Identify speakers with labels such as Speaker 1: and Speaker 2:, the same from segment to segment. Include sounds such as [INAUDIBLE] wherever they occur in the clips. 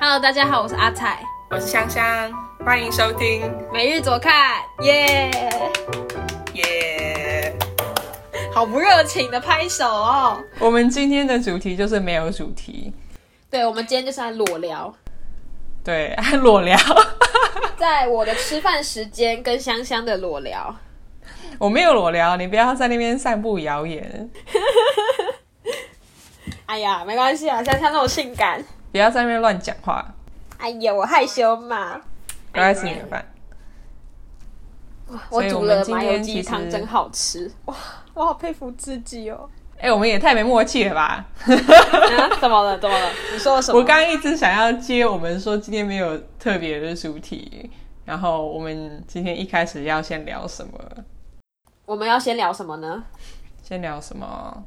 Speaker 1: Hello，大家好，我是阿彩，
Speaker 2: 我是香香，欢迎收听
Speaker 1: 每日左看，耶、
Speaker 2: 耶。
Speaker 1: 好不热情的拍手哦。
Speaker 2: 我们今天的主题就是没有主题，
Speaker 1: 对，我们今天就是来裸聊，
Speaker 2: 对， [LAUGHS] 裸聊。
Speaker 1: [LAUGHS] 在我的吃饭时间跟香香的裸聊。
Speaker 2: 我没有裸聊，你不要在那边散布谣言，
Speaker 1: 哎呀，没关系啊，香香那么性感。
Speaker 2: 不要在那边乱讲话，
Speaker 1: 哎呀，我害羞嘛。
Speaker 2: 都在吃你的饭。
Speaker 1: 哇我
Speaker 2: 所以
Speaker 1: 煮
Speaker 2: 我们
Speaker 1: 了
Speaker 2: 今
Speaker 1: 麻
Speaker 2: 天
Speaker 1: 油鸡
Speaker 2: 其
Speaker 1: 汤，
Speaker 2: 实
Speaker 1: 真好吃。哇，我好佩服自己哦。
Speaker 2: 哎、我们也太没默契了吧！
Speaker 1: [LAUGHS] 啊，怎么了？怎么了？你说了什么？
Speaker 2: 我刚刚一直想要接我们说今天没有特别的主题，然后我们今天一开始要先聊什么？
Speaker 1: 我们要先聊什么呢？
Speaker 2: 先聊什么？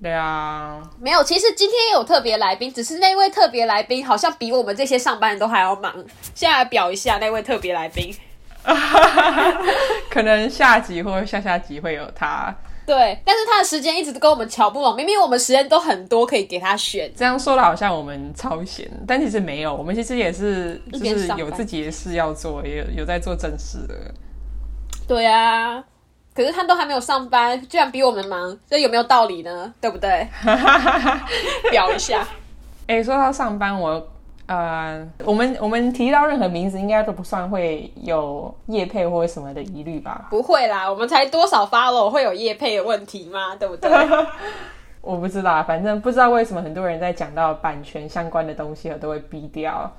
Speaker 2: 聊
Speaker 1: 没有，其实今天也有特别来宾，只是那位特别来宾好像比我们这些上班人都还要忙。现在来表一下那位特别来宾。
Speaker 2: 可能下集或下下集会有他。
Speaker 1: 对，啊但是他的时间一直都跟我们瞧不拢，明明我们时间都很多可以给他选。
Speaker 2: 这样说的好像我们超闲，但其实没有，我们其实也是
Speaker 1: 一
Speaker 2: 就
Speaker 1: 边
Speaker 2: 是
Speaker 1: 上班
Speaker 2: 有自己的事要做，也有有在做正事的。
Speaker 1: 对啊，可是他都还没有上班，居然比我们忙，这有没有道理呢？对不 [LAUGHS] 对？表一下。
Speaker 2: 哎、说到上班，我呃，我们我们提到任何名字，应该都不算会有业配或者什么的疑虑吧？
Speaker 1: 不会啦，我们才多少 follow 会有业配的问题吗？对 [LAUGHS] 不对？
Speaker 2: 我不知道啊，反正不知道为什么很多人在讲到版权相关的东西，我都会逼掉。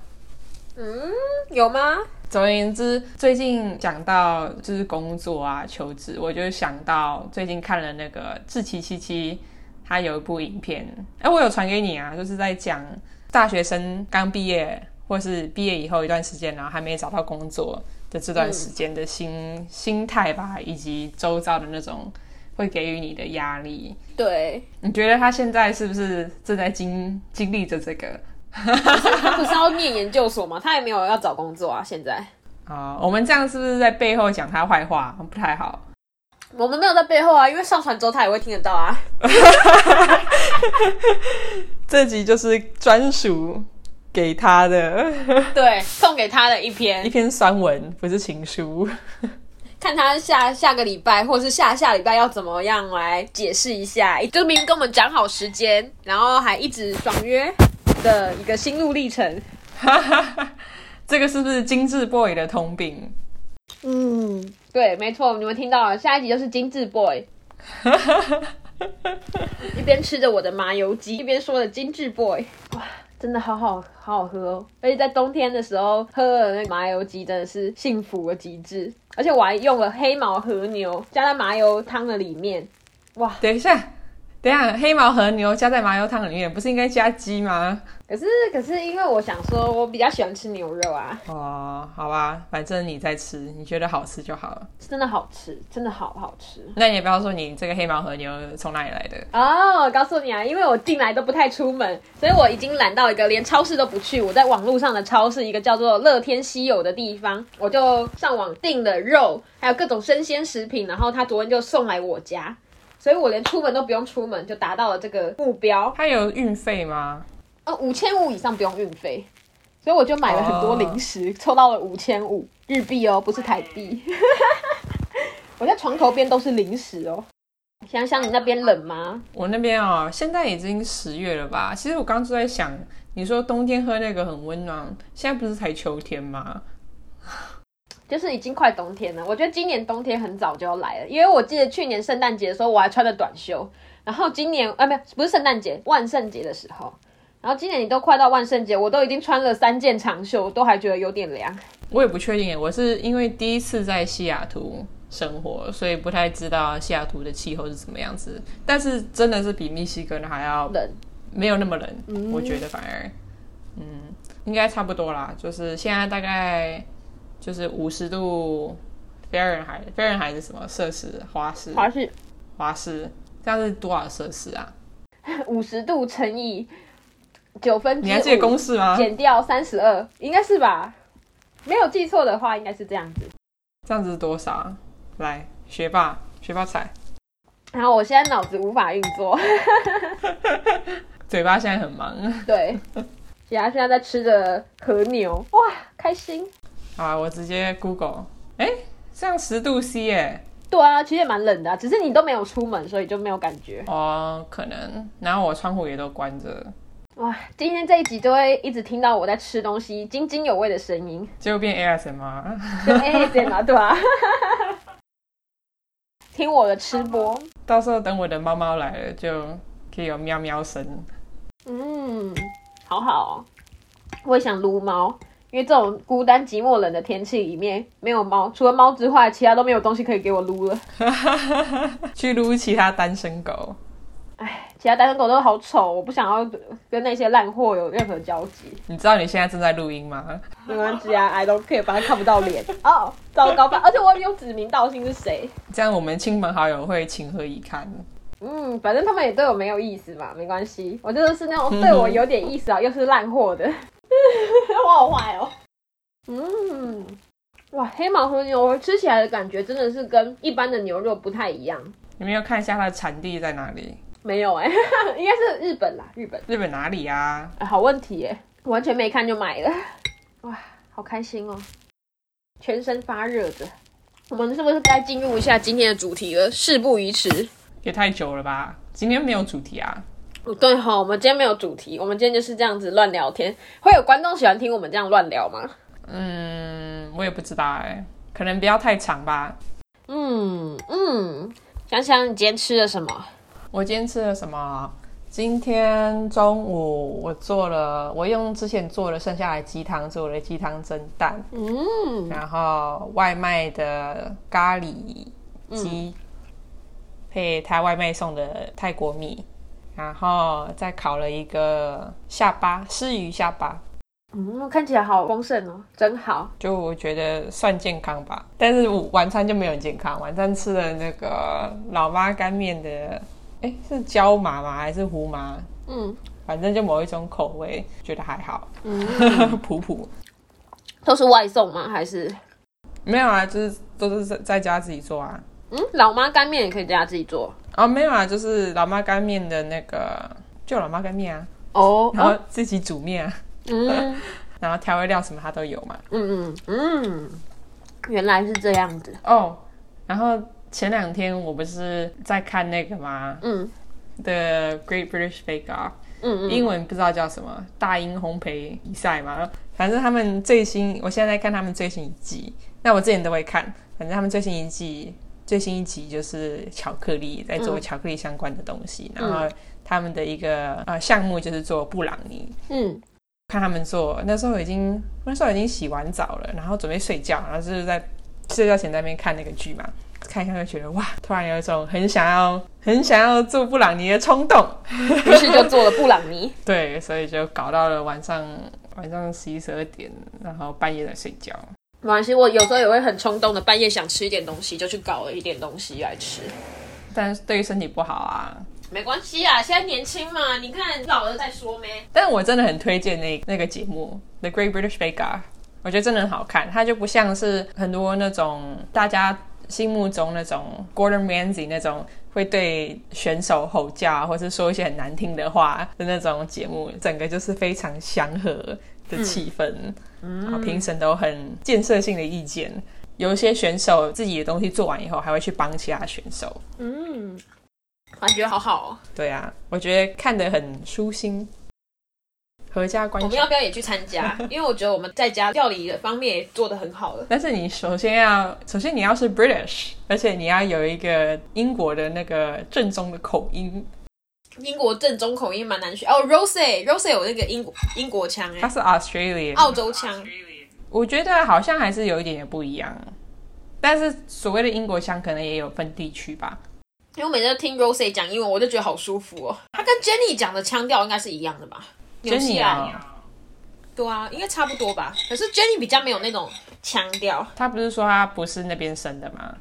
Speaker 1: 嗯，有吗？
Speaker 2: 总而言之，最近讲到就是工作啊、求职，我就想到最近看了那个志奇七七，他有一部影片，哎、我有传给你啊，就是在讲大学生刚毕业或是毕业以后一段时间，然后还没找到工作的这段时间的心、心态吧，以及周遭的那种会给予你的压力。
Speaker 1: 对，
Speaker 2: 你觉得他现在是不是正在经经历着这个？ [LAUGHS]
Speaker 1: 他不是要念研究所吗？他也没有要找工作啊，现在。
Speaker 2: 啊、我们这样是不是在背后讲他坏话？ [LAUGHS] 不太好。
Speaker 1: 我们没有在背后啊，因为上传之后他也会听得到啊。
Speaker 2: 这集就是专属给他的
Speaker 1: [LAUGHS] 对，送给他的一
Speaker 2: 一
Speaker 1: 篇，
Speaker 2: 篇酸文，不是情书。 [LAUGHS]
Speaker 1: 看他下下个礼拜或是下下礼拜要怎么样来解释一下，就明明跟我们讲好时间，然后还一直爽约的一个心路历程。
Speaker 2: 这个是不是精致 boy 的通病？ [LAUGHS]
Speaker 1: 嗯，对，没错，你们听到了，下一集就是精致 boy。一边吃着我的麻油鸡，一边说着精致 boy，哇，真的好好好好喝哦！而且在冬天的时候喝了那个麻油鸡，真的是幸福的极致。而且我还用了黑毛和牛加在麻油汤的里面，哇！
Speaker 2: 等一下，等一下，黑毛和牛加在麻油汤里面，不是应该加鸡吗？
Speaker 1: 可是可是因为我想说，我比较喜欢吃牛肉啊，
Speaker 2: 哦，好吧，反正你在吃，你觉得好吃就好了。
Speaker 1: 真的好吃，真的好好吃。
Speaker 2: 那你也不要说你这个黑毛和牛从哪里来的。
Speaker 1: 哦，我告诉你啊，因为我进来都不太出门，所以我已经懒到一个连超市都不去。我在网络上的超市，一个叫做乐天稀有的地方，我就上网订了肉，还有各种生鲜食品，然后他昨天就送来我家，所以我连出门都不用出门，就达到了这个目标。
Speaker 2: 它有运费吗？
Speaker 1: 哦，五千五以上不用运费，所以我就买了很多零食，凑到了五千五日币哦，不是台币。我在床头边都是零食哦。香香，你那边冷吗？
Speaker 2: 我那边哦，现在已经十月了吧？其实我刚刚就在想，你说冬天喝那个很温暖，现在不是才秋天吗？
Speaker 1: 就是已经快冬天了，我觉得今年冬天很早就要来了，因为我记得去年圣诞节的时候我还穿着短袖，然后今年啊没有不是圣诞节，万圣节的时候，然后今年你都快到万圣节，我都已经穿了三件长袖，我都还觉得有点凉。
Speaker 2: 我也不确定耶，我是因为第一次在西雅图生活，所以不太知道西雅图的气候是怎么样子。但是真的是比密西根还要
Speaker 1: 冷，
Speaker 2: 没有那么冷，我觉得反而，嗯，应该差不多啦。就是现在大概就是五十度斐尔海，斐尔海是什么摄氏？华氏，
Speaker 1: 好像是 [COUGHS]
Speaker 2: 华氏，这样是多少摄氏啊？
Speaker 1: 五十度乘以九分之
Speaker 2: 你还记得
Speaker 1: 五
Speaker 2: 公式吗？
Speaker 1: 减掉三十二，应该是吧？没有记错的话，应该是这样子。
Speaker 2: 这样子是多少啊？来，学霸，学霸踩，
Speaker 1: 然后我现在脑子无法运作。
Speaker 2: 嘴巴现在很忙。
Speaker 1: 对，姐她现在在吃着和牛，哇，开心。
Speaker 2: 好啊，我直接 Google，哎，这样十度 C 哎，
Speaker 1: 对啊，其实也蛮冷的、啊，只是你都没有出门，所以就没有感觉。
Speaker 2: 哦，可能，然后我窗户也都关着，
Speaker 1: 哇，今天这一集就会一直听到我在吃东西津津有味的声音，
Speaker 2: 结果变 ASMR，
Speaker 1: 就 ASMR [LAUGHS] 对啊，听我的吃播，
Speaker 2: [LAUGHS] 到时候等我的猫猫来了就可以有喵喵声。
Speaker 1: 嗯，好好、哦。我也想撸猫，因为这种孤单寂寞冷的天气里面，没有猫，除了猫之外，其他都没有东西可以给我撸了。
Speaker 2: 去撸其他单身狗。
Speaker 1: 唉，其他单身狗都好丑，我不想要跟那些烂货有任何交集。
Speaker 2: 你知道你现在正在录音吗？
Speaker 1: 没关系啊，I don't care，反正看不到脸。哦，糟糕吧，而且我也没有指名道姓是谁。
Speaker 2: 这样我们亲朋好友会情何以堪？
Speaker 1: 嗯，反正他们也对我没有意思嘛，没关系。我就是那种对我有点意思 [LAUGHS] 啊，又是烂货的，我好坏哦。嗯，哇，黑毛和牛吃起来的感觉真的是跟一般的牛肉不太一样。
Speaker 2: 你们要看一下它的产地在哪里？
Speaker 1: 没有哎、 [LAUGHS] 应该是日本啦，日本。
Speaker 2: 日本哪里啊？
Speaker 1: 哎，好问题耶，完全没看就买了， [LAUGHS] 哇，好开心哦，全身发热的。我们是不是该进入一下今天的主题了？事不宜迟。
Speaker 2: 也太久了吧？今天没有主题啊？
Speaker 1: 哦，对哈、我们今天没有主题，我们今天就是这样子乱聊天。会有观众喜欢听我们这样乱聊吗？
Speaker 2: 嗯，我也不知道哎、可能不要太长吧。
Speaker 1: 嗯嗯，想想你今天吃了什么？
Speaker 2: 我今天吃了什么？今天中午我做了，我用之前做的剩下的鸡汤做了鸡汤蒸蛋，
Speaker 1: 嗯，
Speaker 2: 然后外卖的咖喱鸡，配他外卖送的泰国米，然后再烤了一个下巴，湿鱼下巴，
Speaker 1: 嗯，看起来好丰盛哦，真好。
Speaker 2: 就我觉得算健康吧，但是我晚餐就没有很健康，晚餐吃了那个老妈干面的，哎，是椒麻吗？还是胡麻？
Speaker 1: 嗯，
Speaker 2: 反正就某一种口味，觉得还好，普普。
Speaker 1: 都是外送吗？还是
Speaker 2: [LAUGHS] 没有啊，就是都是在在家自己做啊。
Speaker 1: 嗯，老妈干面也可以在家自己做
Speaker 2: 哦，没有啊，就是老妈干面的那个，就老妈干面啊，
Speaker 1: 哦。
Speaker 2: 然后自己煮面啊，
Speaker 1: 嗯
Speaker 2: 然后调味料什么它都有嘛。
Speaker 1: 嗯嗯嗯，原来是这样子。
Speaker 2: 哦，然后前两天我不是在看那个吗
Speaker 1: 嗯
Speaker 2: ？The Great British Bake Off，
Speaker 1: 嗯嗯
Speaker 2: 英文不知道叫什么大英烘焙比赛嘛，反正他们最新，我现在在看他们最新一季。那我之前都会看，反正他们最新一季，最新一集就是巧克力，在做巧克力相关的东西，然
Speaker 1: 嗯
Speaker 2: 后他们的一个呃项目就是做布朗尼。
Speaker 1: 嗯
Speaker 2: 看他们做，那时候已经那时候已经洗完澡了，然后准备睡觉，然后就是在睡觉前在那边看那个剧嘛，看一看就觉得哇，突然有一种很想要很想要做布朗尼的冲动，
Speaker 1: 于是就做了布朗尼。
Speaker 2: 对，所以就搞到了晚上晚上十一十二点，然后半夜才睡觉。
Speaker 1: [LAUGHS] 没关系，我有时候也会很冲动的，半夜想吃一点东西，就去搞了一点东西来吃。
Speaker 2: 但是对于身体不好啊，
Speaker 1: 没关系啊，现在年轻嘛，你看老了再说呗。
Speaker 2: 但我真的很推荐那那个节目《The Great British Bake Off》，我觉得真的很好看。它就不像是很多那种大家心目中那种 Gordon Ramsay 那种会对选手吼叫啊，或是说一些很难听的话的那种节目，整个就是非常祥和的气氛，然后评审都很建设性的意见。有一些选手自己的东西做完以后，还会去帮其他选手。
Speaker 1: 嗯，感觉好好哦。
Speaker 2: 对啊，我觉得看得很舒心，合家观
Speaker 1: 我
Speaker 2: 赏
Speaker 1: 们。要不要也去参加？因为我觉得我们在家料理的方面也做得很好了。
Speaker 2: 但是你首先要，首先你要是 British，而且你要有一个英国的那个正宗的口音，
Speaker 1: 英国正宗口音蛮难学哦，Rose，Rose 有那个英国英国腔哎、
Speaker 2: 它是 Australian，、
Speaker 1: 澳洲腔，
Speaker 2: 我觉得好像还是有一点点不一样。但是所谓的英国腔，可能也有分地区吧。
Speaker 1: 因为我每次听 Rose 讲英文，我就觉得好舒服哦。她跟 Jenny 讲的腔调应该是一样的吧？纽西
Speaker 2: Jenny
Speaker 1: 兰
Speaker 2: 啊，
Speaker 1: 对啊，应该差不多吧。可是 Jenny 比较没有那种腔调，
Speaker 2: 他不是说他不是那边生的吗？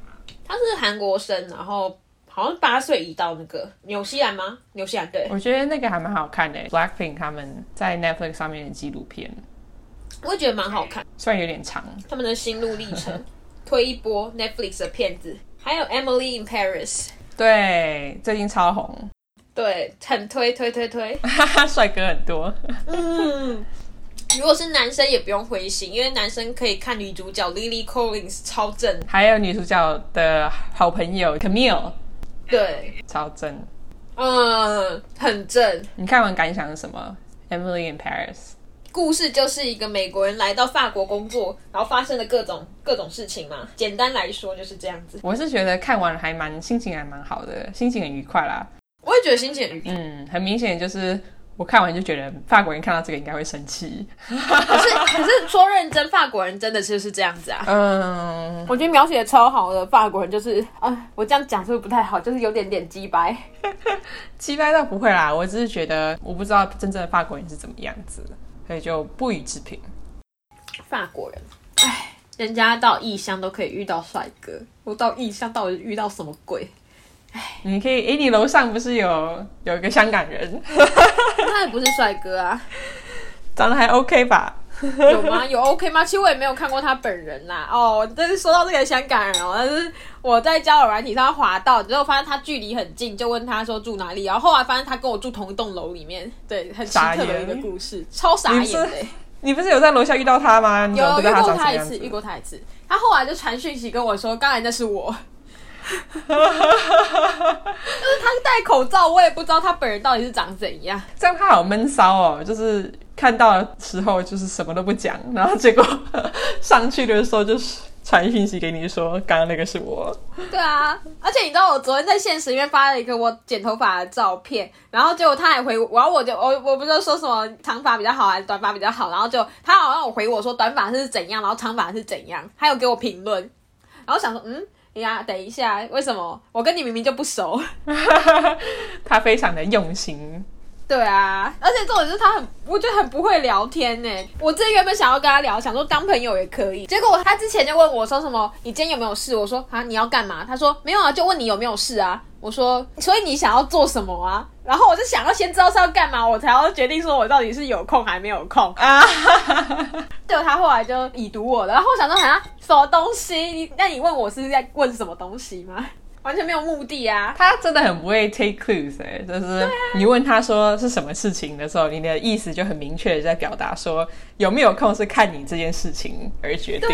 Speaker 1: 她是韩国生，然后好像八岁移到那个纽西兰吗？纽西兰对，
Speaker 2: 我觉得那个还蛮好看的，Blackpink 他们在 Netflix 上面的纪录片，
Speaker 1: 我也觉得蛮好看，
Speaker 2: 虽然有点长，
Speaker 1: 他们的心路历程，推一波 Netflix 的片子，还有 Emily in Paris。
Speaker 2: 对，最近超红。 [LAUGHS]
Speaker 1: 对，很推推推推。
Speaker 2: 哈哈，帅哥很多。
Speaker 1: 嗯，如果是男生也不用灰心，因为男生可以看女主角 Lily Collins 超正，
Speaker 2: 还有女主角的好朋友 Camille，
Speaker 1: 对，
Speaker 2: 超正。
Speaker 1: 嗯，很正。
Speaker 2: 你看完感想是什么？Emily in Paris。
Speaker 1: 故事就是一个美国人来到法国工作，然后发生的各种各种事情嘛。简单来说就是这样子。
Speaker 2: 我是觉得看完还蛮心情还蛮好的，心情很愉快啦。
Speaker 1: 我也觉得心情很愉快，
Speaker 2: 嗯，很明显就是我看完就觉得法国人看到这个应该会生气。
Speaker 1: 可是可是说认真，法国人真的就是这样子啊。
Speaker 2: [LAUGHS] 嗯，
Speaker 1: 我觉得描写的超好的，法国人就是啊、我这样讲是不是不太好？就是有点点鸡掰。
Speaker 2: 击败倒不会啦，我只是觉得我不知道真正的法国人是怎么样子，所以就不予置评。
Speaker 1: 法国人，唉，人家到异乡都可以遇到帅哥，我到异乡到底遇到什么鬼？
Speaker 2: 你可以，诶，你楼上不是有有一个香港人，
Speaker 1: 他也不是帅哥啊，
Speaker 2: 长得还 OK 吧？
Speaker 1: 有吗？有 OK 吗？其实我也没有看过他本人啦。哦，但是说到这个香港人哦，但是我在交友软体上滑到，之后发现他距离很近，就问他说住哪里，然后后来发现他跟我住同一栋楼里面，对，很奇特
Speaker 2: 傻
Speaker 1: 的
Speaker 2: 眼
Speaker 1: 一个故事，超傻眼欸的、
Speaker 2: 你是你不是有在楼下遇到他吗？你怎么
Speaker 1: 有
Speaker 2: 不
Speaker 1: 遇
Speaker 2: 知道他
Speaker 1: 过
Speaker 2: 长什
Speaker 1: 他
Speaker 2: 么
Speaker 1: 一
Speaker 2: 样
Speaker 1: 次，遇
Speaker 2: 子？
Speaker 1: 过他一次。他后来就传讯息跟我说，刚才那是我。 [LAUGHS] 就是他戴口罩，我也不知道他本人到底是长怎样。
Speaker 2: 这样他好闷骚哦，就是看到的时候就是什么都不讲，然后结果上去的时候就是传讯息给你说，刚刚那个是我。
Speaker 1: 对啊，而且你知道我昨天在现实里面发了一个我剪头发的照片，然后结果他还回我，然后我就我我不是说什么长发比较好还啊是短发比较好，然后就他好像有回我说短发是怎样，然后长发是怎样，他有给我评论，然后想说嗯。哎呀，等一下，为什么我跟你明明就不熟？
Speaker 2: 他非常的用心，
Speaker 1: 对啊，而且重点是他很，我觉得很不会聊天呢。我之前原本想要跟他聊，想说当朋友也可以，结果他之前就问我说什么，你今天有没有事？我说啊，你要干嘛？他说没有啊，就问你有没有事啊。我说，所以你想要做什么啊？然后我就想要先知道是要干嘛，我才要决定说我到底是有空还没有空啊。 [LAUGHS] 对，他后来就已读我了，然后我想说啊，什么东西？你那你问我是在问什么东西吗？完全没有目的啊。
Speaker 2: 他真的很不会 take clues 哎、就是你问他说是什么事情的时候，你的意思就很明确的在表达说有没有空是看你这件事情而决定。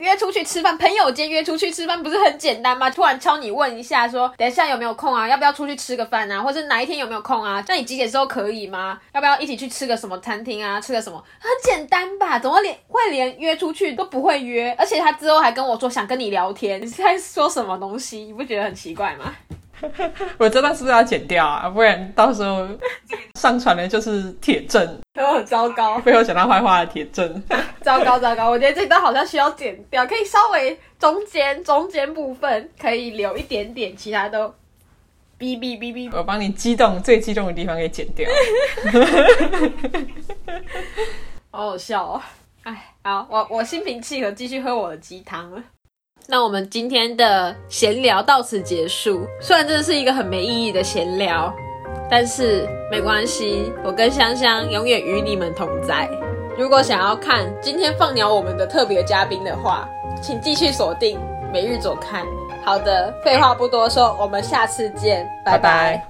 Speaker 1: 约出去吃饭，朋友间约出去吃饭不是很简单吗？突然敲你问一下说，等一下有没有空啊？要不要出去吃个饭啊？或者哪一天有没有空啊？那你几点之后可以吗？要不要一起去吃个什么餐厅啊？吃个什么？很简单吧？怎么连会连约出去都不会约？而且他之后还跟我说想跟你聊天，你是在说什么东西？你不觉得很奇怪吗？
Speaker 2: 我这段是不是要剪掉啊？不然到时候上传的就是铁证， [LAUGHS]
Speaker 1: 我很哦糟糕，
Speaker 2: 背后讲他坏话的铁证。
Speaker 1: 糟糕，糟糕！我觉得这段好像需要剪掉，可以稍微中间中间部分可以留一点点，其他都哔哔哔哔哔
Speaker 2: 我帮你激动最激动的地方给剪掉。
Speaker 1: 好好笑哦！哎，好，我我心平气和继续喝我的鸡汤了。那我们今天的闲聊到此结束。虽然这是一个很没意义的闲聊，但是没关系，我跟香香永远与你们同在。如果想要看今天放鸟我们的特别嘉宾的话，请继续锁定每日左看。好的，废话不多说，我们下次见，拜
Speaker 2: 拜
Speaker 1: 拜
Speaker 2: 拜